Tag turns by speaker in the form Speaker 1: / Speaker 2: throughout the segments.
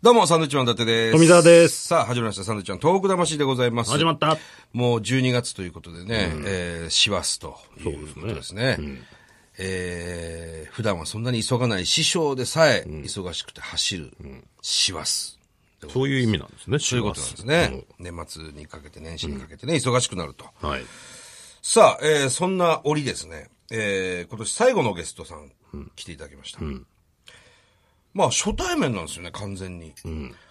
Speaker 1: どうも、サンドウィッチマン伊達です。
Speaker 2: 富澤です
Speaker 1: さあ、始まりました。サンドウィッチマン、東北魂でございます。
Speaker 2: 始まった。
Speaker 1: もう12月ということでね、えー、師走ということですね。えー、普段はそんなに急がない師匠でさえ、忙しくて走る、師走。
Speaker 2: そういう意味なんですね。
Speaker 1: ということなんですね。年末にかけて、年始にかけてね、忙しくなると。
Speaker 2: うん。はい。
Speaker 1: さあ、えー、そんな折ですね、えー、今年最後のゲストさん、来ていただきました。まあ、初対面なんですよね、完全に。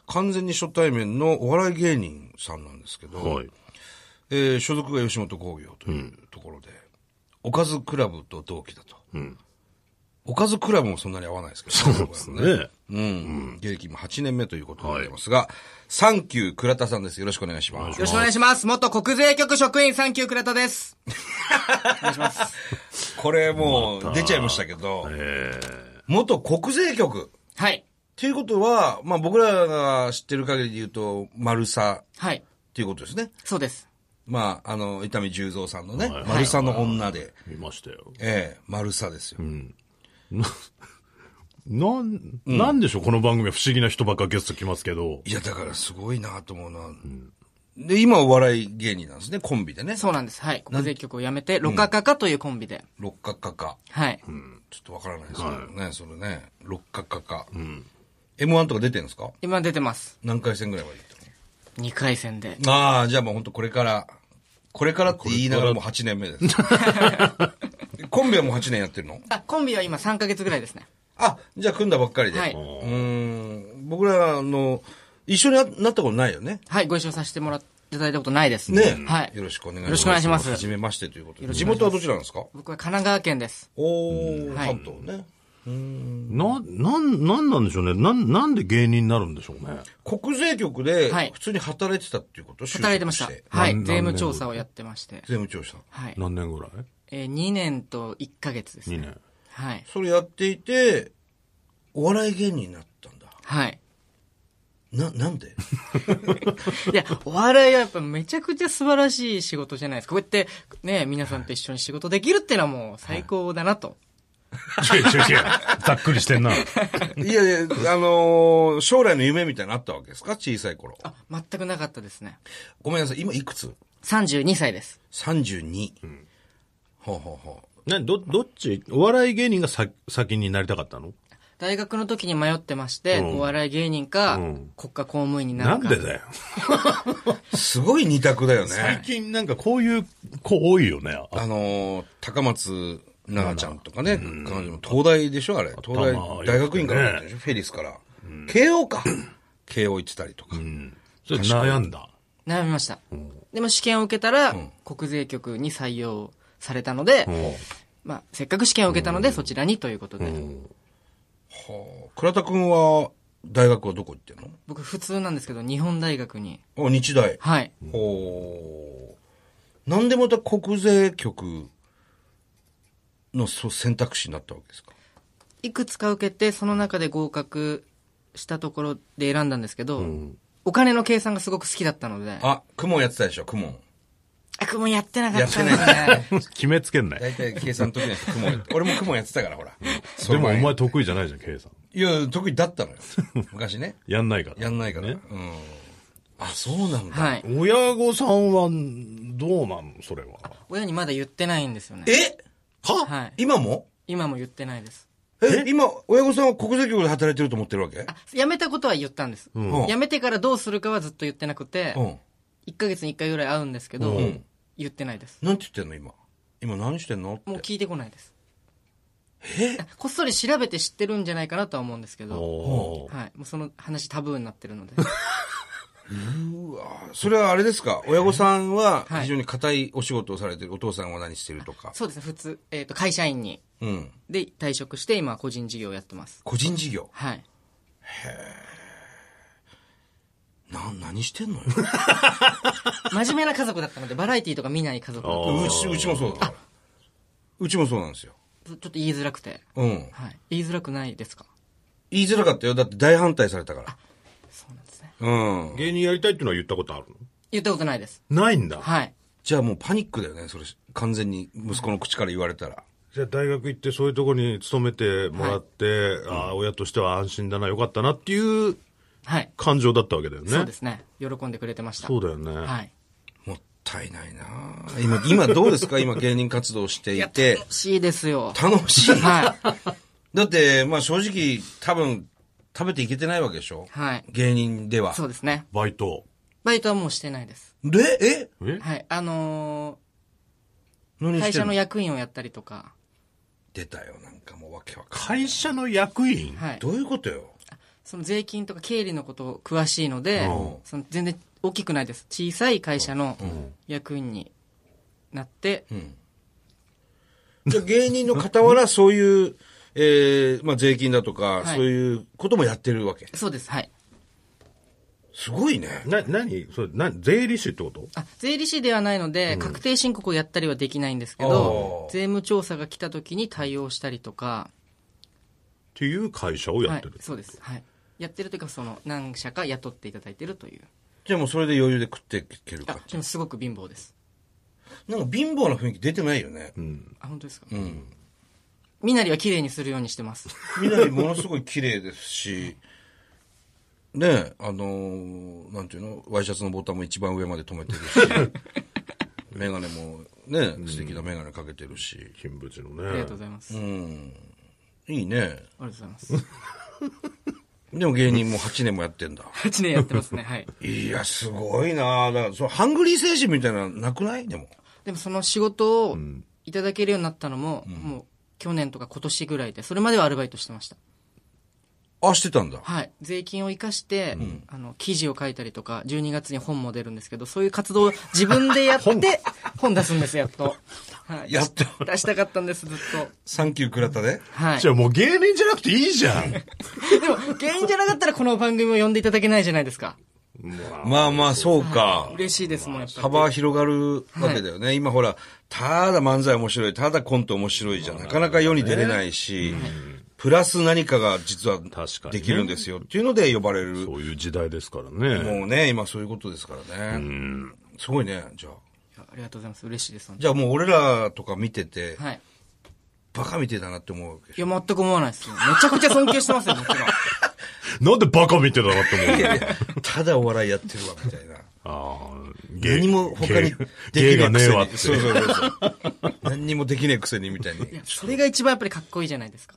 Speaker 1: 完全に初対面のお笑い芸人さんなんですけど、
Speaker 2: はい。
Speaker 1: えー所属が吉本興業というところで、おかずクラブと同期だと。おかずクラブもそんなに合わないですけど、そうです
Speaker 2: ね。え。
Speaker 1: うん。芸歴も8年目ということになりますが、サンキュー倉田さんです。よろしくお願いします
Speaker 3: よろ。しくお願いします。元国税局職員、サンキュー倉田です。
Speaker 1: これもう出ちゃいましたけど、元国税局。
Speaker 3: はい。
Speaker 1: っていうことは、まあ僕らが知ってる限りで言うと、丸さ
Speaker 3: はい。
Speaker 1: っていうことですね。
Speaker 3: そうです。
Speaker 1: まあ、あの、伊丹十三さんのね、丸さの女で、
Speaker 2: 見ましたよ。
Speaker 1: ええ、丸さですよ。
Speaker 2: なん、なんでしょう、この番組は不思議な人ばっかゲスト来ますけど。
Speaker 1: いや、だからすごいなと思うな。で、今お笑い芸人なんですね、コンビでね。
Speaker 3: そうなんです。はい。国税局を辞めて、ロカカカというコンビで。
Speaker 1: 六角化か。
Speaker 3: はい。
Speaker 1: ちょっとわからないですけどね、それね。六角化か。M1 とか出てるんですか
Speaker 3: 今出てます。
Speaker 1: 何回戦ぐらいまで行ったの
Speaker 3: 2回戦で。
Speaker 1: ああ、じゃあもう本当これから、これからって言いながらもう8年目です。 コンビはもう8年やってるの
Speaker 3: あ、コンビは今3ヶ月ぐらいですね。
Speaker 1: あ、じゃあ組んだばっかりで。
Speaker 3: はいう
Speaker 1: ーん。僕らの、一緒にななったことないよね。
Speaker 3: はい。ご一緒させてもらっていただいたことないです。
Speaker 1: ねえ
Speaker 3: はい。
Speaker 1: よろしくお願いします。
Speaker 3: よろしくお願いします
Speaker 1: はじめましてということで。
Speaker 3: ろし
Speaker 1: 地
Speaker 3: くお願いし
Speaker 1: 元
Speaker 3: ま
Speaker 1: はどちらなんですか
Speaker 3: 僕は神奈川県です。
Speaker 1: おー、
Speaker 3: はい
Speaker 1: 関東ね。
Speaker 2: な、なん、なんなんでしょうね。なん、なんで芸人になるんでしょうね。
Speaker 1: 国税局で
Speaker 3: はい、
Speaker 1: 普通に働いてたっていうこと
Speaker 3: 働いてました
Speaker 1: 就職て。
Speaker 3: はい。
Speaker 2: 何
Speaker 3: 税務調査をやってまして。
Speaker 1: 税務調査。
Speaker 3: はい。
Speaker 2: 何年ぐらい
Speaker 3: えー、2年と1ヶ月です
Speaker 2: ?2
Speaker 3: ね。
Speaker 2: 年。
Speaker 3: はい。
Speaker 1: それやっていて、お笑い芸人になったんだ。
Speaker 3: はい。
Speaker 1: な、なんで
Speaker 3: いや、お笑いはやっぱめちゃくちゃ素晴らしい仕事じゃないですか。こうやってね、皆さんと一緒に仕事できるってのはもう最高だなと。
Speaker 2: 違う違う違う。ざっくりしてんな。
Speaker 1: いやいや、あのー将来の夢みたいなのあったわけですか小さい頃。
Speaker 3: あ、全くなかったですね。
Speaker 1: ごめんなさい、今いくつ
Speaker 3: 32歳です。
Speaker 1: ?32。ほうほうほう。
Speaker 2: な、ど、どっちお笑い芸人がさ、先になりたかったの
Speaker 3: 大学の時に迷ってまして、
Speaker 2: うん
Speaker 3: お笑い芸人か、
Speaker 2: うん
Speaker 3: 国家公務員にな
Speaker 2: な
Speaker 3: る
Speaker 2: ん
Speaker 3: か。
Speaker 2: でだよ。
Speaker 1: すごい二択だよ
Speaker 2: 最
Speaker 1: ね。
Speaker 2: 近なんかこういう子多いよね。あ
Speaker 1: あのー、高松奈々ちゃんとかね、彼女も東大でしょあれ。東大、
Speaker 2: 頭良くてね
Speaker 1: 大学院から入ったでしょフェリスから。慶応か。慶応行ってたりとか。
Speaker 2: それ悩んだ。
Speaker 3: 悩みました。でも試験を受けたら、国税局に採用されたので、
Speaker 2: うん
Speaker 3: まあ、せっかく試験を受けたので、そちらにということで。
Speaker 1: はあ倉田くんは、大学はどこ行ってん
Speaker 3: 僕、普通なんですけど、日本大学に。
Speaker 1: のあ、日大。
Speaker 3: はい。
Speaker 1: ほう。なんでまた国税局のそう選択肢になったわけですか
Speaker 3: いくつか受けて、その中で合格したところで選んだんですけど、お金の計算がすごく好きだったので、あ、
Speaker 1: あ、公文やってたでしょ、公文。
Speaker 3: くもやってなかったんで
Speaker 1: やっ
Speaker 3: す
Speaker 1: て
Speaker 3: ね。
Speaker 2: 決めつけんない。
Speaker 1: 大体計算得意な人、公文やって。俺も公文やってたから、ほら。その
Speaker 2: でもお
Speaker 1: 前
Speaker 2: 前得意じゃないじゃん、計算。
Speaker 1: いや、得意だったのよ。昔ね。
Speaker 2: やんないから。
Speaker 1: やんないから。
Speaker 2: ね
Speaker 1: うん。あ、そうなんだ。
Speaker 3: はい。
Speaker 2: 親御さんは、どうなんそれは。
Speaker 3: 親にまだ言ってないんですよね。
Speaker 1: え
Speaker 3: は
Speaker 1: はい今も
Speaker 3: 今も言ってないです。
Speaker 1: え、今、親御さんは国税局で働いてると思ってるわけ
Speaker 3: あ、辞めたことは言ったんです。
Speaker 1: ん
Speaker 3: 辞めてからどうするかはずっと言ってなくて、
Speaker 1: うん。
Speaker 3: 1ヶ月に1回ぐらい会うんですけど、
Speaker 1: ん
Speaker 3: 言ってないです。
Speaker 1: なんて言ってんの、今。今何してんの
Speaker 3: もう
Speaker 1: って。
Speaker 3: 聞いてこないです。えこっそり調べて知ってるんじゃないかなとは思うんですけど、
Speaker 2: おー
Speaker 3: はい。もうその話タブーになってるので。
Speaker 1: それはあれですか親御さんは
Speaker 3: はい
Speaker 1: 非常に固いお仕事をされてる。お父さんは何してるとか。
Speaker 3: そうですね、普通、えっ、と、会社員に。
Speaker 1: うん。
Speaker 3: で、退職して、今、個人事業をやってます。
Speaker 1: 個人事業。
Speaker 3: はい。
Speaker 1: な、何してんのよ。
Speaker 3: 真面目な家族だったので、バラエティとか見ない家族だったの
Speaker 1: うち、うちもそうだから。うちもそうなんですよ。
Speaker 3: でちょっと言いづらくて。
Speaker 1: うん。
Speaker 3: はい。言いづらくないですか
Speaker 1: 言いづらかったよ。だって大反対されたから。
Speaker 3: そうなんですね。
Speaker 1: うん。
Speaker 2: 芸人やりたいっていうのは言ったことある
Speaker 3: 言ったことないです。
Speaker 2: のないんだ。
Speaker 3: はい。
Speaker 1: じゃあもうパニックだよね。それ、完全に息子の口から言われたら。
Speaker 2: じゃあ大学行ってそういうところに勤めてもらって、ああ、親としては安心だな、よかったなっていう
Speaker 3: はい。
Speaker 2: 感情だったわけだよね。
Speaker 3: そうですね。喜んでくれてました。
Speaker 2: そうだよね。
Speaker 3: はい。
Speaker 1: もったいないなぁ今、今どうですか今芸人活動して
Speaker 3: い
Speaker 1: い
Speaker 3: や、
Speaker 1: て
Speaker 3: 楽。しいですよ。
Speaker 1: 楽しい。
Speaker 3: はい。
Speaker 1: だって、まあ正直、多分、食べていけてないわけでしょ
Speaker 3: はい。
Speaker 1: 芸人では。
Speaker 3: そうですね。
Speaker 2: バイト。
Speaker 3: バイトはもうしてないです。
Speaker 1: で、え
Speaker 2: え
Speaker 3: はい。あの
Speaker 1: 何
Speaker 3: ー、
Speaker 1: し
Speaker 3: 会
Speaker 1: て
Speaker 3: 社
Speaker 1: ん
Speaker 3: の
Speaker 1: の
Speaker 3: 役員をやったりとか。
Speaker 1: 出たよ、なんかもうわけわかんない。
Speaker 2: 会社の役員
Speaker 3: はい。
Speaker 1: どういうことよ
Speaker 3: その税金とか経理のこと詳しいので、
Speaker 2: うん
Speaker 3: その全然大きくないです。小さい会社の役員になって、
Speaker 1: うん。じゃあ芸人の傍らそういう、ええまあ税金だとか、
Speaker 3: はい
Speaker 1: そういうこともやってるわけ。
Speaker 3: そうです。はい。
Speaker 1: すごいね。
Speaker 2: な、なにそれ、な、税理士ってこと
Speaker 3: あ、税理士ではないので、確定申告をやったりはできないんですけど
Speaker 1: あー、
Speaker 3: 税務調査が来た時に対応したりとか、
Speaker 2: っていう会社をや
Speaker 3: は
Speaker 2: っ
Speaker 3: い
Speaker 2: てる。、
Speaker 3: そうです。はい。やってるというか、その、何社か雇っていただいてるという。
Speaker 1: じゃあもうそれで余裕で食っていける
Speaker 3: あ
Speaker 1: か。、
Speaker 3: でもすごく貧乏です。
Speaker 1: なんか貧乏な雰囲気出てないよね。
Speaker 3: あ、本当ですか
Speaker 1: うん。
Speaker 3: みなりは綺麗にするようにしてます。
Speaker 1: みなりものすごい綺麗ですし、ねえ、あのーなんていうのワイシャツのボタンも一番上まで止めてる し、メガネもね、素敵なメガネかけてるし、
Speaker 2: 金縁の
Speaker 3: あり
Speaker 2: ね
Speaker 3: がとう。ございま
Speaker 1: う
Speaker 3: す。あ
Speaker 1: ん。いいね。
Speaker 3: りがとうございます。
Speaker 1: でも芸人も8年もやってんだ。
Speaker 3: 8年やってますね、はい。
Speaker 1: いや、すごいなだから、その、ハングリー精神みたいなのなくないでも。
Speaker 3: でもその仕事をいただけるようになったのも、もう去年とか今年ぐらいで、それまではアルバイトしてました。
Speaker 1: あ、してたんだ。
Speaker 3: はい。税金を生かして、あの、記事を書いたりとか、12月に本も出るんですけど、そういう活動を自分でやって、 本出すんです、やっと。はい。
Speaker 1: やっと
Speaker 3: 出したかったんです、ずっと。
Speaker 1: サンキュー倉田で。
Speaker 3: はい
Speaker 2: じ。ゃあもう芸人じゃなくていいじゃん。
Speaker 3: でも、芸人じゃなかったらこの番組を呼んでいただけないじゃないですか。
Speaker 1: まあまあ、そうか。
Speaker 3: 嬉しいですもん、やっぱり。
Speaker 1: 幅広がるわけだよね。今ほら、ただ漫才面白い、ただコント面白いじゃ、なかなか世に出れないし、プラス何かが実は
Speaker 2: かにね
Speaker 1: できるんですよっていうので呼ばれる。
Speaker 2: そういう時代ですからね。
Speaker 1: もうね、今そういうことですからね。すごいね、じゃあ。
Speaker 3: いやありがとうございます。嬉しいです、本当
Speaker 1: じゃあもう俺らとか見てて
Speaker 3: に、はい。
Speaker 1: バカみてえだなって思うわけでし
Speaker 3: い
Speaker 1: ょ
Speaker 3: や、全く思わないですよ。めちゃくちゃ尊敬してますよ、もちろん。
Speaker 2: なんでバカ見てたなって思う
Speaker 1: い
Speaker 2: の
Speaker 1: やいやただお笑いやってるわ、みたいな。
Speaker 2: ああ、芸
Speaker 1: 何も他に
Speaker 2: 芸
Speaker 1: でき
Speaker 2: 芸が
Speaker 1: ねえ
Speaker 2: ね
Speaker 1: く
Speaker 2: え
Speaker 1: せ
Speaker 2: わっ
Speaker 1: に。
Speaker 2: て。
Speaker 1: そうそうそうそう。何にもできねえくせにみたいに
Speaker 3: い。や、 それが一番やっぱりかっこいいじゃない ですか。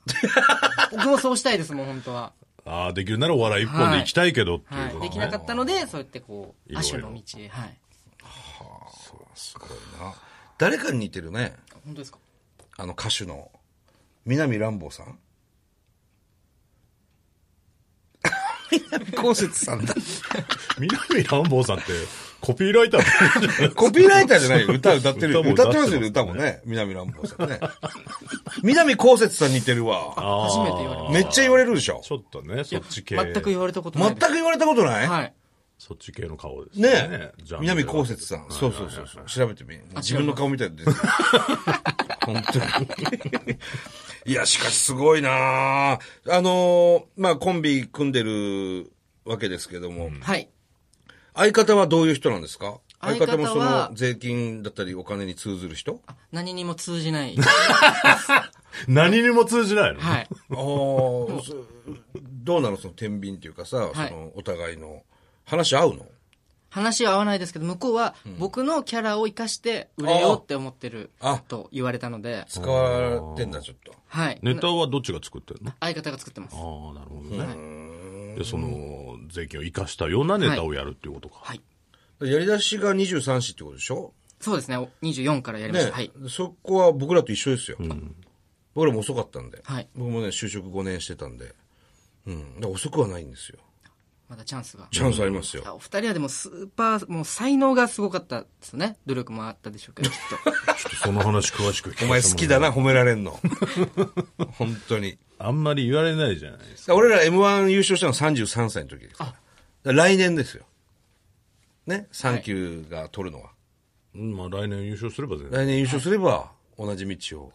Speaker 3: 僕もそうしたいですもん、本当は。
Speaker 2: ああ、できるならお笑い一本で行きたいけどっていう
Speaker 3: は
Speaker 2: こ
Speaker 3: い。
Speaker 2: と
Speaker 3: できなかったので、そうやってこう、
Speaker 2: いろ
Speaker 3: 亜
Speaker 2: いろ
Speaker 3: 種の道へ。はい。
Speaker 1: すごいな。誰かに似てるね。
Speaker 3: 本当ですか
Speaker 1: あの歌手の。南乱暴さん南こうせつさんだ。
Speaker 2: 南乱暴さんって、コピーライター だね
Speaker 1: コピーライターじゃないよ。歌歌ってるよ。
Speaker 2: 歌も
Speaker 1: 歌ってますよね、
Speaker 2: 歌
Speaker 1: 歌
Speaker 2: って
Speaker 1: も
Speaker 2: ますね
Speaker 1: ね。南乱暴さんね。南こうせつさん似てるわ。
Speaker 2: あー
Speaker 3: 初めて言われま
Speaker 1: めっちゃ言われるでしょ。
Speaker 2: ちょっとね、そっち系。
Speaker 3: 全く言われたことない
Speaker 1: 全
Speaker 3: です。
Speaker 1: く言われたことない
Speaker 3: はい。
Speaker 2: そっち系の顔ですね。
Speaker 1: ねえ
Speaker 2: ジャンル。は
Speaker 1: 南こうせつさん。そうそうそうそう。調べてみ。自分の顔みたいです。本当に。 いや、しかしすごいなああのーまあ、コンビ組んでるわけですけども、
Speaker 3: はい。
Speaker 1: 相方はどういう人なんですか相
Speaker 3: 相
Speaker 1: 方
Speaker 3: 方
Speaker 1: も
Speaker 3: は
Speaker 1: その税金だったりお金に通ずる人
Speaker 3: あ何にも通じ ない。
Speaker 2: 何にも通じないの
Speaker 3: はい。
Speaker 1: ああ、 そどうなのその天秤っていうかさ、
Speaker 3: はい
Speaker 1: そのお互いの話合うの
Speaker 3: 話は合わないですけど、向こうは僕のキャラを生かして売れようって思ってる
Speaker 1: あ
Speaker 3: と言われたので、
Speaker 1: 使われてんだ、ちょっと。
Speaker 3: はい。
Speaker 2: ネタはどっちが作ってるの
Speaker 3: 相方が作ってます。
Speaker 2: ああ、なるほどね。で、その、税金を生かしたようなネタをやるっていうことか。
Speaker 3: はい。
Speaker 1: やり出しが23子ってことでしょ
Speaker 3: そうですね。お24からやりまし
Speaker 1: ね
Speaker 3: た。はい。
Speaker 1: そこは僕らと一緒ですよ。僕らも遅かったんで、
Speaker 3: はい
Speaker 1: 僕もね、就職5年してたんで、うん、だから遅くはないんですよ。
Speaker 3: まだチャンスが。
Speaker 1: チャンスありますよ。
Speaker 3: あお二人はでもスーパー、もう才能がすごかったですね。努力もあったでしょうけど、きっ と。
Speaker 2: ちょっとその話詳しく聞かせて
Speaker 1: お前
Speaker 2: もらいます
Speaker 1: 好きだ。な、褒められ んの。本当に。
Speaker 2: あんまり言われないじゃないですか。
Speaker 1: 俺ら M1 優勝したの33歳の時ですから。だから来年ですよ。ね、サンキューが取るのは。
Speaker 2: うんまあ来年優勝すれば全然。
Speaker 1: 来年優勝すれば、同じ道を。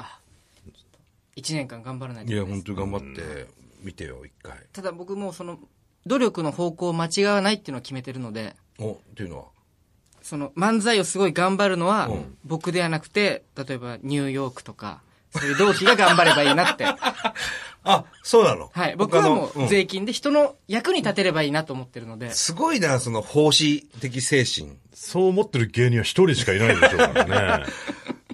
Speaker 3: 一年間頑張らないと
Speaker 1: い
Speaker 3: いけ
Speaker 1: や、
Speaker 3: ないです
Speaker 1: 本当に頑張って、見てよ、一回。
Speaker 3: ただ僕もうその、努力の方向を間違わないっていうのを決めてるので、
Speaker 1: お、っていうのは。
Speaker 3: その漫才をすごい頑張るのは、僕ではなくて、例えばニューヨークとか、そういう同期が頑張ればいいなって。
Speaker 1: あ、そうなの
Speaker 3: はい。僕はも
Speaker 1: 他の
Speaker 3: うん税金で人の役に立てればいいなと思ってるので。
Speaker 1: すごいな、その奉仕的精神。
Speaker 2: そう思ってる芸人は一人しかいないでしょうから ね。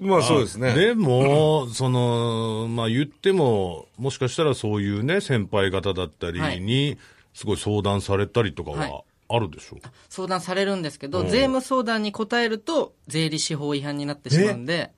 Speaker 1: まあそうですね。
Speaker 2: でも、その、まあ言っても、もしかしたらそういうね、先輩方だったりに、すごい相談されたりとか
Speaker 3: はい
Speaker 2: はあるでしょう。
Speaker 3: 相談されるんですけど、
Speaker 2: うん
Speaker 3: 税務相談に答えると税理士法違反になってしまうんで、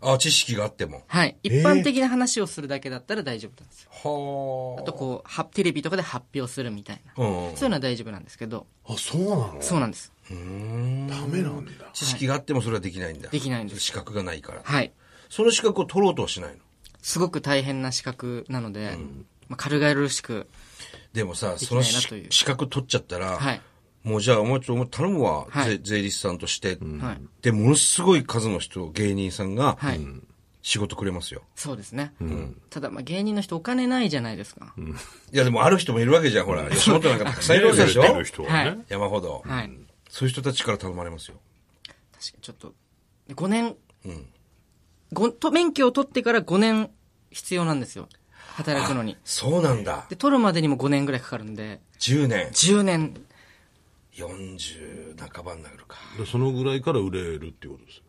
Speaker 1: あ、知識があっても。
Speaker 3: はい。一
Speaker 2: え
Speaker 3: 般的な話をするだけだったら大丈夫なんですよ。
Speaker 1: はあ。
Speaker 3: あとこう、はテレビとかで発表するみたいな。
Speaker 1: う。ん。
Speaker 3: そういうのは大丈夫なんですけど、
Speaker 2: あ、そうなの
Speaker 3: そうなんです。
Speaker 1: うん
Speaker 2: ダメなんだ。
Speaker 1: 知識があってもそれはできないんだ。
Speaker 3: できないんです
Speaker 1: 資格がないから。
Speaker 3: はい。
Speaker 1: その資格を取ろうとはしないの。
Speaker 3: すごく大変な資格なので、まあ、軽々しく、
Speaker 1: でもさ、
Speaker 3: でき
Speaker 1: そ
Speaker 3: ない
Speaker 1: の
Speaker 3: な
Speaker 1: し
Speaker 3: という
Speaker 1: 資格取っちゃったら、
Speaker 3: はい
Speaker 1: もうじゃあ、お前ちょっとお前頼むわ、
Speaker 3: はい
Speaker 1: ぜ税理士さんとして。
Speaker 3: はい
Speaker 1: で、ものすごい数の人、芸人さんが、
Speaker 3: はい
Speaker 1: 仕事くれますよ。
Speaker 3: そうですね。ただ、まあ、芸人の人お金ないじゃないですか。
Speaker 1: いや、でもある人もいるわけじゃん、ほら。吉本なんかたくさんいるわけ でしょ
Speaker 2: 出てる人は
Speaker 3: はい
Speaker 2: ね。
Speaker 1: 山ほど、
Speaker 3: はい。
Speaker 1: そういう人たちから頼まれますよ。
Speaker 3: 確かにちょっと、5年、
Speaker 1: うん
Speaker 3: ごと免許を取ってから5年必要なんですよ。働くのに。
Speaker 1: そうなんだ。
Speaker 3: で、取るまでにも5年ぐらいかかるんで、
Speaker 1: 10年。
Speaker 3: 10年。
Speaker 1: 40半ばになるか。
Speaker 2: でそのぐらいから売れるっていうことですよ。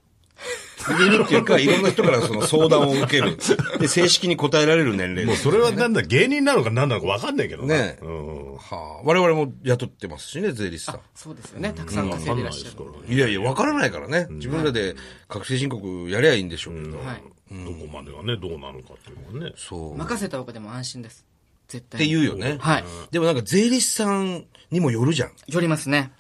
Speaker 1: いるっていうか、いろんな人からその相談を受ける。で、正式に答えられる年齢
Speaker 2: もう
Speaker 1: です。
Speaker 2: それはなんだ、芸人なのか何なのか分かんないけどな
Speaker 1: ねえ
Speaker 2: うんうん。
Speaker 1: はあ、我々も雇ってますしね、税理士さん。
Speaker 3: そうですよね。たくさん
Speaker 2: 分
Speaker 3: 稼
Speaker 2: か
Speaker 3: い
Speaker 2: ん
Speaker 3: で
Speaker 2: ない
Speaker 3: ら
Speaker 2: で
Speaker 3: っしゃ
Speaker 2: す
Speaker 3: る
Speaker 2: か。
Speaker 1: いやいや、わからないからね。自分らで確定申告やりゃいいんでしょうけど。
Speaker 3: んはい
Speaker 2: ら。どこまでがね、どうなのかっていうのはね。
Speaker 1: そう。っ
Speaker 3: 任せた方がでも安心です。絶対
Speaker 1: て
Speaker 3: に。
Speaker 1: 言うよね。
Speaker 3: はい。
Speaker 1: でもなんか税理士さんにもよるじゃん。
Speaker 3: よりますね。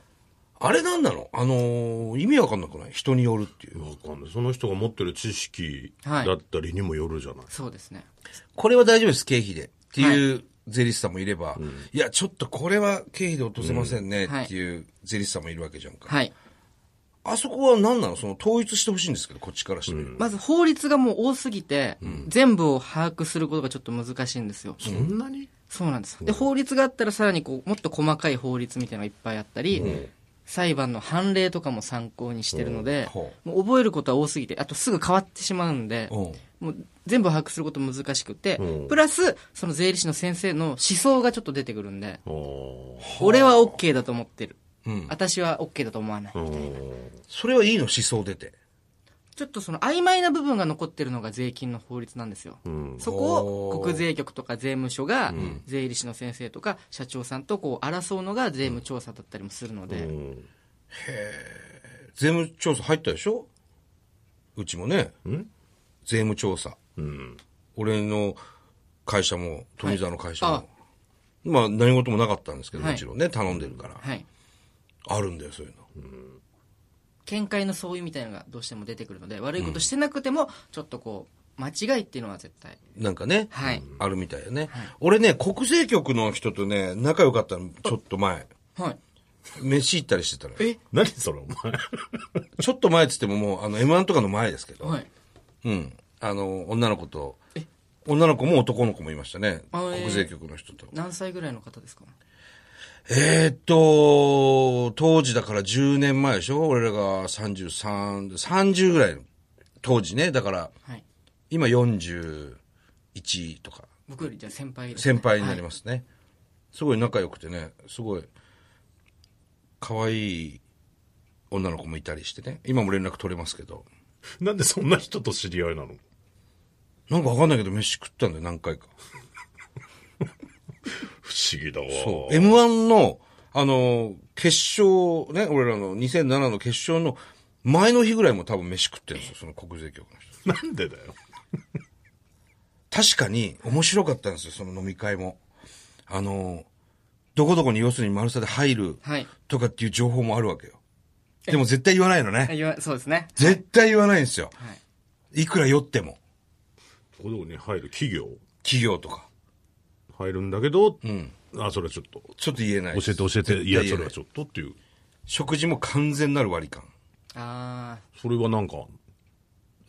Speaker 1: あれなんなのあのー意味わかんなくない人によるっていう。
Speaker 2: わかんない。その人が持ってる知識
Speaker 3: はい
Speaker 2: だったりにもよるじゃない。
Speaker 3: そうですね。
Speaker 1: これは大丈夫です、経費で。っていう税理士さんもいれば、いや、ちょっとこれは経費で落とせませんねっていう税理士さんもいるわけじゃんか。
Speaker 3: はい。
Speaker 1: あそこは何なのその統一してほしいんですけど、こっちからしてみる。
Speaker 3: まず法律がもう多すぎて、全部を把握することがちょっと難しいんですよ。
Speaker 2: そんなに
Speaker 3: そうなんです。で、法律があったらさらにこう、もっと細かい法律みたいなのがいっぱいあったり、裁判の判例とかも参考にしてるので、
Speaker 1: ほ
Speaker 3: もう覚えることは多すぎて、あとすぐ変わってしまうんで、
Speaker 1: うん。
Speaker 3: もう全部把握すること難しくて
Speaker 2: う、ん
Speaker 3: プラス、その税理士の先生の思想がちょっと出てくるんで、
Speaker 2: ああ。
Speaker 3: 俺は OK だと思ってる。
Speaker 1: うん。
Speaker 3: 私は OK だと思わない。
Speaker 1: それはいいの思想出て。
Speaker 3: ちょっとその曖昧な部分が残ってるのが税金の法律なんですよ。
Speaker 2: うん。
Speaker 3: そこ
Speaker 1: お
Speaker 3: を
Speaker 1: ー
Speaker 3: 国税局とか税務署が税理士の先生とか社長さんとこう争うのが税務調査だったりもするので、
Speaker 2: うん
Speaker 1: 税務調査入ったでしょうちもね。税務調査。
Speaker 2: うん。
Speaker 1: 俺の会社も、富澤の会社も。
Speaker 3: はい
Speaker 1: まあ何事もなかったんですけど、
Speaker 3: はい
Speaker 1: もちろんね、頼んでるから。
Speaker 3: はい。
Speaker 1: あるんだよ、そういうの。
Speaker 3: 見解の相違みたいなのがどうしても出てくるので、悪いことしてなくても、ちょっとこう、間違いっていうのは絶対。
Speaker 1: なんかね、
Speaker 3: はい
Speaker 1: あるみたいよね、俺ね、国税局の人とね、仲良かったの、ちょっと前。
Speaker 3: はい。
Speaker 1: 飯行ったりしてたのよ。
Speaker 3: え
Speaker 2: 何それお前。
Speaker 1: ちょっと前っつってももう、あの、M1 とかの前ですけど。
Speaker 3: はい。
Speaker 1: うん。あの、女の子と、女の子も男の子もいましたね。
Speaker 3: あえー
Speaker 1: 国税局の人と。
Speaker 3: 何歳ぐらいの方ですか
Speaker 1: えー、っと、当時だから10年前でしょ俺らが33、30ぐらいの。当時ね。だから、
Speaker 3: はい。
Speaker 1: 今41とか。
Speaker 3: 僕よりじゃあ先輩です、ね。。
Speaker 1: 先輩になりますすね、すごい仲良くてねすごい可愛い女の子もいたりしてね今も連絡取れますけど
Speaker 2: なんでそんな人と知り合いなの
Speaker 1: なんかわかんないけど飯食ったんだよ何回か
Speaker 2: 不思議だわ。
Speaker 1: そう m 1のあの決勝ね俺らの2007の決勝の前の日ぐらいも多分飯食ってるんですよその国税局の人
Speaker 2: なんでだよ。
Speaker 1: 確かに面白かったんですよその飲み会もあのどこどこに要するに「マルサ」で入る
Speaker 3: はい。
Speaker 1: とかっていう情報もあるわけよでも絶対言わないのね
Speaker 3: あ言わそうですね。
Speaker 1: 絶対言わないんですよ。
Speaker 3: はい。
Speaker 1: いくら酔っても。
Speaker 2: どこどこに入る企業
Speaker 1: 企業とか。
Speaker 2: 入るんだけど、
Speaker 1: うん。
Speaker 2: あ、それはちょっと。
Speaker 1: ちょっと言えないです
Speaker 2: 教えて教えて。いや、
Speaker 1: 絶対言えない
Speaker 2: それはちょっとっていう。
Speaker 1: 食事も完全なる割り勘。
Speaker 3: あ
Speaker 2: それはなんか、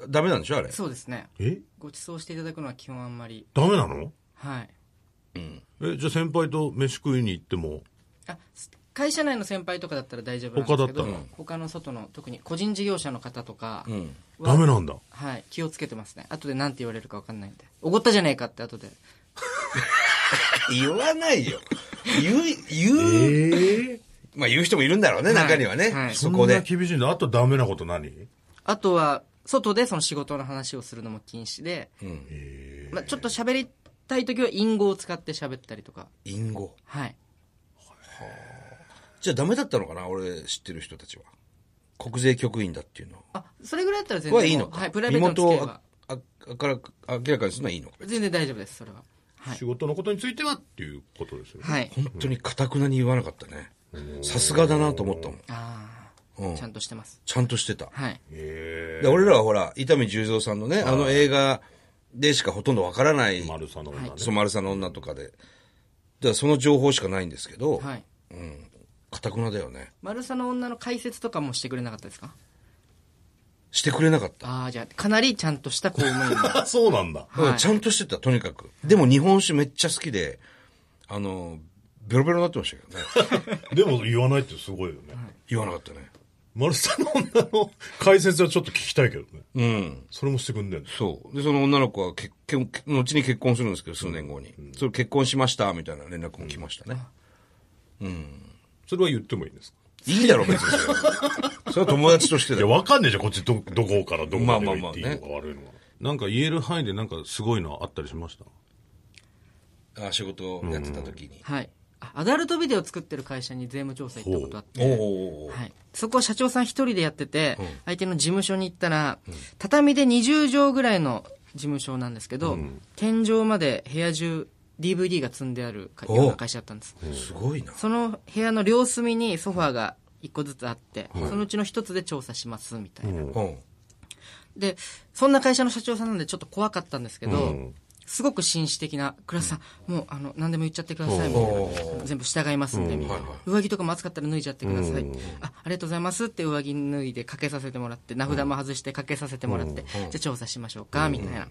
Speaker 1: ダメなんでしょあれ
Speaker 3: ー、。そうですね。
Speaker 2: え
Speaker 3: ご馳走していただくのは基本あんまり。
Speaker 2: ダメなの
Speaker 3: はい。
Speaker 2: え、じゃあ先輩と飯食いに行っても、
Speaker 3: あす会社内の先輩とかだったら大丈夫なんですけど
Speaker 2: 他だったら
Speaker 3: 他の外の特に個人事業者の方とか
Speaker 1: うん。
Speaker 3: は、
Speaker 2: ダメなんだ。
Speaker 3: はい、気をつけてますね後で何て言われるか分かんないんでおごったじゃねえかって後で
Speaker 1: 言わないよ。言う、言う、
Speaker 2: ええ
Speaker 1: まあ言う人もいるんだろうね、中にはね。
Speaker 3: はいはい
Speaker 1: そ
Speaker 2: そ
Speaker 1: こ
Speaker 2: こで。
Speaker 1: で。
Speaker 2: 厳しいんだ。あとダメなこと何
Speaker 3: あとは外でその仕事の話をするのも禁止で、
Speaker 1: うん。
Speaker 3: まあ、ちょっと喋りたい時は隠語を使って喋ったりとか
Speaker 1: 隠語。
Speaker 3: はい
Speaker 1: じゃあダメだったのかな俺知ってる人たちは。国税局員だっていうのは。
Speaker 3: あそれぐらいだったら全然
Speaker 1: はいいのか。
Speaker 3: はい、プライベートの
Speaker 1: 身
Speaker 3: 付き合い
Speaker 1: 元
Speaker 3: は
Speaker 1: をああから明らかにするのはいいのか。
Speaker 3: 全然大丈夫ですそれははい
Speaker 2: 仕、事のことについてはっていうことですよね。
Speaker 3: はい、
Speaker 1: 本当にかたくなに言わなかったね。さすがだなと思ったもん。
Speaker 3: あ
Speaker 1: う
Speaker 3: あ
Speaker 1: ん
Speaker 3: ちゃんとしてます
Speaker 1: ちゃんとしてた。
Speaker 3: はい
Speaker 2: え
Speaker 1: で俺らはほら、伊丹十三さんのね、あの映画でしかほとんどわからない
Speaker 2: え、丸さの女ね。
Speaker 1: そう、丸さんの女とかで。だからその情報しかないんですけど、
Speaker 3: はい
Speaker 1: うん。かたくなだよね。
Speaker 3: 丸さの女の解説とかもしてくれなかったですか
Speaker 1: してくれなかった。
Speaker 3: ああじゃあかなりちゃんとした公務員
Speaker 2: あ そうなんだ。
Speaker 3: はい
Speaker 1: うんちゃんとしてた、とにかく。でも日本酒めっちゃ好きで、あの、ベロベロになってましたけどね。
Speaker 2: でも言わないってすごいよね。
Speaker 1: 言わなかったね。
Speaker 2: 丸さんの女の解説はちょっと聞きたいけどね。
Speaker 1: うん。
Speaker 2: それもしてくんねんの
Speaker 1: そう。で、その女の子は結婚、後に結婚するんですけど、数年後に。それ結婚しました、みたいな連絡も来ましたね。
Speaker 2: それは言ってもいいんですか
Speaker 1: いいだろ、別にそれは。それは友達として
Speaker 2: い
Speaker 1: だ
Speaker 2: や、
Speaker 1: よ。
Speaker 2: わかんねえじゃん、こっちど、どこからどこまで
Speaker 1: まあ
Speaker 2: が
Speaker 1: まあまあ
Speaker 2: 言っていいのか悪いのか。なんか言える範囲でなんかすごいのあったりしました
Speaker 1: あ仕事をやってた時に。
Speaker 3: はいあアダルトビデオ作ってる会社に税務調査行ったことあって
Speaker 1: おおおー
Speaker 3: はい、そこは社長さん一人でやってて、相手の事務所に行ったら、畳で20畳ぐらいの事務所なんですけど、天井まで部屋中 DVD が積んであるか
Speaker 1: お
Speaker 3: ような会社だったんです
Speaker 1: すごいな。
Speaker 3: その部屋の両隅にソファーが一個ずつあって、そのうちの一つで調査しますみたいな、
Speaker 1: うん。
Speaker 3: でそんな会社の社長さんなんでちょっと怖かったんですけど、
Speaker 2: うん
Speaker 3: すごく紳士的な倉田さん、もうあの何でも言っちゃってくださいみたいな全部従いますんで、みたいな
Speaker 1: はいはい
Speaker 3: 上着とかも暑かったら脱いじゃってください、あありがとうございますって上着脱いでかけさせてもらって名札も外してかけさせてもらって、じゃあ調査しましょうか、みたいな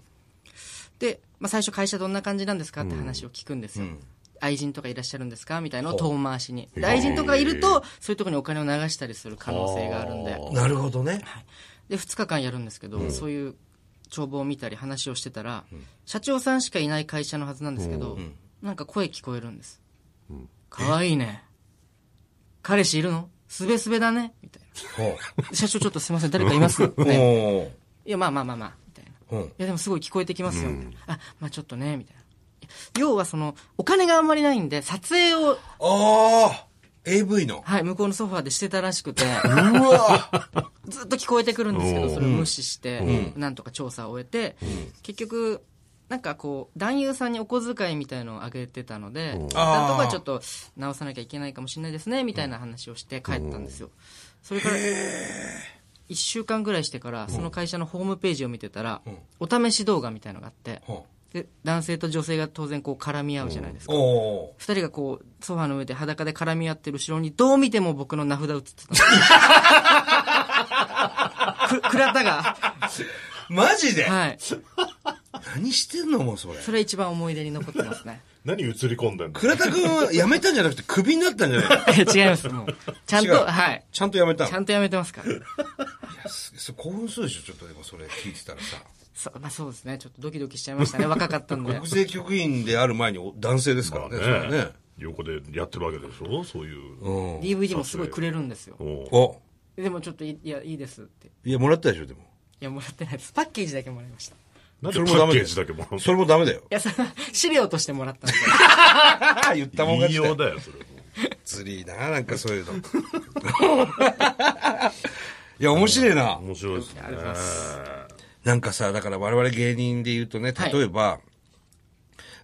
Speaker 3: で、まあ、最初会社どんな感じなんですかって話を聞くんですよ、愛人とかいらっしゃるんですかみたいなのを遠回しにで愛人とかいるとそういうところにお金を流したりする可能性があるんで
Speaker 1: なるほどね。
Speaker 3: で2日間やるんですけど、そういう帳簿を見たり話をしてたら、社長さんしかいない会社のはずなんですけど、なんか声聞こえるんです「可愛いね彼氏いるのすべすべだね」みたい
Speaker 1: ほ
Speaker 3: な「社長ちょっとすいません誰かい ます?」
Speaker 1: う。
Speaker 3: ね
Speaker 1: お
Speaker 3: 「いやまあまあまあまあ」みたいな
Speaker 1: ー
Speaker 3: 「い
Speaker 1: うん。
Speaker 3: やでもすごい聞こえてきますよ」みたいな「あまあちょっとね」みたいな要はそのお金があんまりないんで撮影を、
Speaker 1: ああ !AV の。
Speaker 3: はい、向こうのソファーでしてたらしくて
Speaker 1: うわ
Speaker 3: ずっと聞こえてくるんですけど、それを無視して、なんとか調査を終えて、結局、なんかこう、男優さんにお小遣いみたいのをあげてたので、なんとかちょっと直さなきゃいけないかもしれないですね、みたいな話をして帰ったんですよ。それから、1週間ぐらいしてから、その会社のホームページを見てたら、お試し動画みたいのがあって、
Speaker 1: ほ
Speaker 3: で男性と女性が当然こう絡み合うじゃないです
Speaker 1: う
Speaker 3: か。
Speaker 1: おー
Speaker 3: 二人がこう、ソファーの上で裸で絡み合ってる後ろに、どう見ても僕の名札映って たんですく倉田が。
Speaker 1: マジで
Speaker 3: はい。
Speaker 1: 何してんのもうそれ。
Speaker 3: それ一番思い出に残ってますね。
Speaker 2: 何映り込んでんの
Speaker 1: 倉田くんは辞めたんじゃなくてクビになったんじゃない
Speaker 3: 違います、もう。ちゃん
Speaker 1: 違う
Speaker 3: と、はい。
Speaker 1: ちゃんと辞めたの
Speaker 3: ちゃんとやめてますから。
Speaker 1: すす興奮するでしょちょっとでもそれ聞いてたらさ。
Speaker 3: そまあ、そうですね。ちょっとドキドキしちゃいましたね。若かった ん で
Speaker 1: 国。税局員である前にお男性ですからね。それはね
Speaker 2: 横でやってるわけでしょそういう。
Speaker 1: うん。
Speaker 3: DVD もすごいくれるんですよ。
Speaker 2: おう
Speaker 1: お
Speaker 3: でもちょっとい、いや、いいですって。い
Speaker 1: いや、もらったでしょ、でも。
Speaker 3: や、もらってないです。パッケージだけもらいました。い
Speaker 2: なん
Speaker 1: そ
Speaker 2: で
Speaker 1: れ
Speaker 2: パ
Speaker 1: もダ
Speaker 2: ッ
Speaker 1: メだ
Speaker 2: ケ
Speaker 1: よ。
Speaker 2: ージだけもらう
Speaker 1: それもダメだよ。
Speaker 3: や、その資料としてもらったんで。
Speaker 1: ああ、 言ったもん勝
Speaker 2: の言い
Speaker 1: ち
Speaker 2: よう
Speaker 1: だよ。
Speaker 2: だよ、それも。
Speaker 1: つりーな、なんかそういうの。い や、面白いな。
Speaker 2: 面白いですね。
Speaker 3: ありがとうございます。
Speaker 1: なんかさ、だから我々芸人で言うとね、例えば、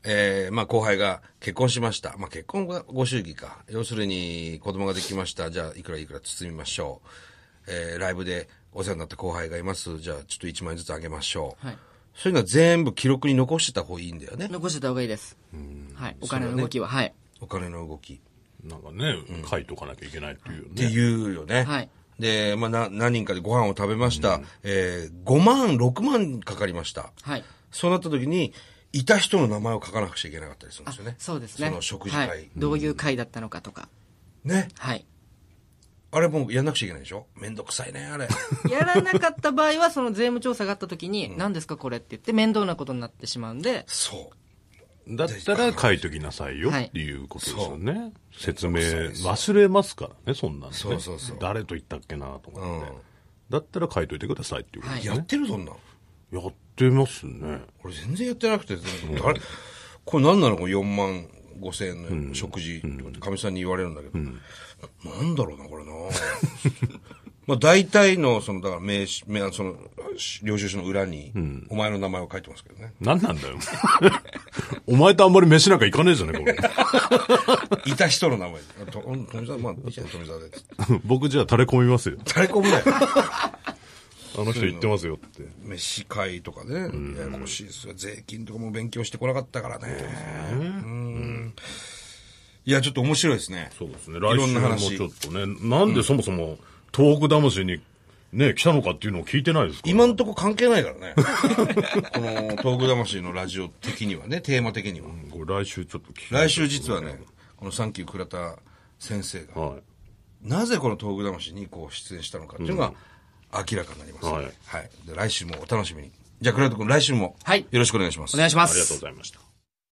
Speaker 1: えーまあ後輩が結婚しました。まあ結婚がご祝儀か。要するに子供ができました。じゃあいくらいくら包みましょう。えーライブでお世話になった後輩がいます。じゃあちょっと1万円ずつあげましょう。
Speaker 3: はい
Speaker 1: そういうのは全部記録に残してた方がいいんだよね。
Speaker 3: 残してた方がいいです。はい。お金の動きは、はい。
Speaker 1: お金の動き。
Speaker 2: なんかね、書いとかなきゃいけないっていう
Speaker 1: って
Speaker 2: ね。
Speaker 1: いうよね。
Speaker 3: はい
Speaker 1: で、まあ、な、何人かでご飯を食べました。えー、5万、6万かかりました。
Speaker 3: はい。
Speaker 1: そうなった時に、いた人の名前を書かなくちゃいけなかったりするんですよね。
Speaker 3: そうですね。
Speaker 1: その食事会。
Speaker 3: はいどういう会だったのかとか。
Speaker 1: ね。
Speaker 3: はい。
Speaker 1: あれもうやんなくちゃいけないでしょめんどくさいね、あれ。
Speaker 3: やらなかった場合は、その税務調査があった時に、何ですかこれって言って面倒なことになってしまうんで、
Speaker 1: そう。
Speaker 2: だったら書いときなさいよ
Speaker 3: はい
Speaker 2: っていうことですよね。説明、忘れますからね、そんなん、ね。
Speaker 1: そうそうそう
Speaker 2: 誰と言ったっけなと思って。
Speaker 1: うん
Speaker 2: だったら書いといてくださいっていうことですね。
Speaker 1: やってるそんなん。
Speaker 2: やってますね。
Speaker 1: 俺全然やってなくて、あれこれ何なのこれ4万5千円の食事とかってかみさんに言われるんだけど、なんだろうな、こ れな。まあ大体の、その、だから名刺、名、その、領収書の裏に、お前の名前を書いてますけどね。
Speaker 2: なんなんだよ。 お前とあんまり飯なんか行かねえじゃねえか、
Speaker 1: いた人の名前。あとうん富澤、まあ、いいじゃん、富澤で。
Speaker 2: 俺。僕じゃあ垂れ 込みますよ。
Speaker 1: 垂れ込む なよ。
Speaker 2: あの人言ってますよって。
Speaker 1: 飯会とかね、ややこしいですよ。税金とかも勉強してこなかったからね。うんいや、ちょっと面白いですね。
Speaker 2: そうですね。
Speaker 1: い
Speaker 2: 来
Speaker 1: ろん
Speaker 2: 週
Speaker 1: な
Speaker 2: も
Speaker 1: 話
Speaker 2: ちょっとね、なんでそもそも東北魂にね、来たのかっていうのを聞いてないですか
Speaker 1: 今んとこ関係ないからね。 この、東北魂のラジオ的にはね、テーマ的には。
Speaker 2: これ来週ちょっと聞きたい
Speaker 1: 来週実はね、このサンキュー倉田先生が、
Speaker 2: は
Speaker 1: なぜこの東北魂にこう出演したのかっていうのが明らかになります、
Speaker 2: はい
Speaker 1: はい。で来週もお楽しみに。じゃあ倉田君、来週も、
Speaker 3: はい
Speaker 1: よろしくお願いします。
Speaker 3: お願いしま
Speaker 2: い。ありがとう
Speaker 3: す
Speaker 2: ご。ざいました。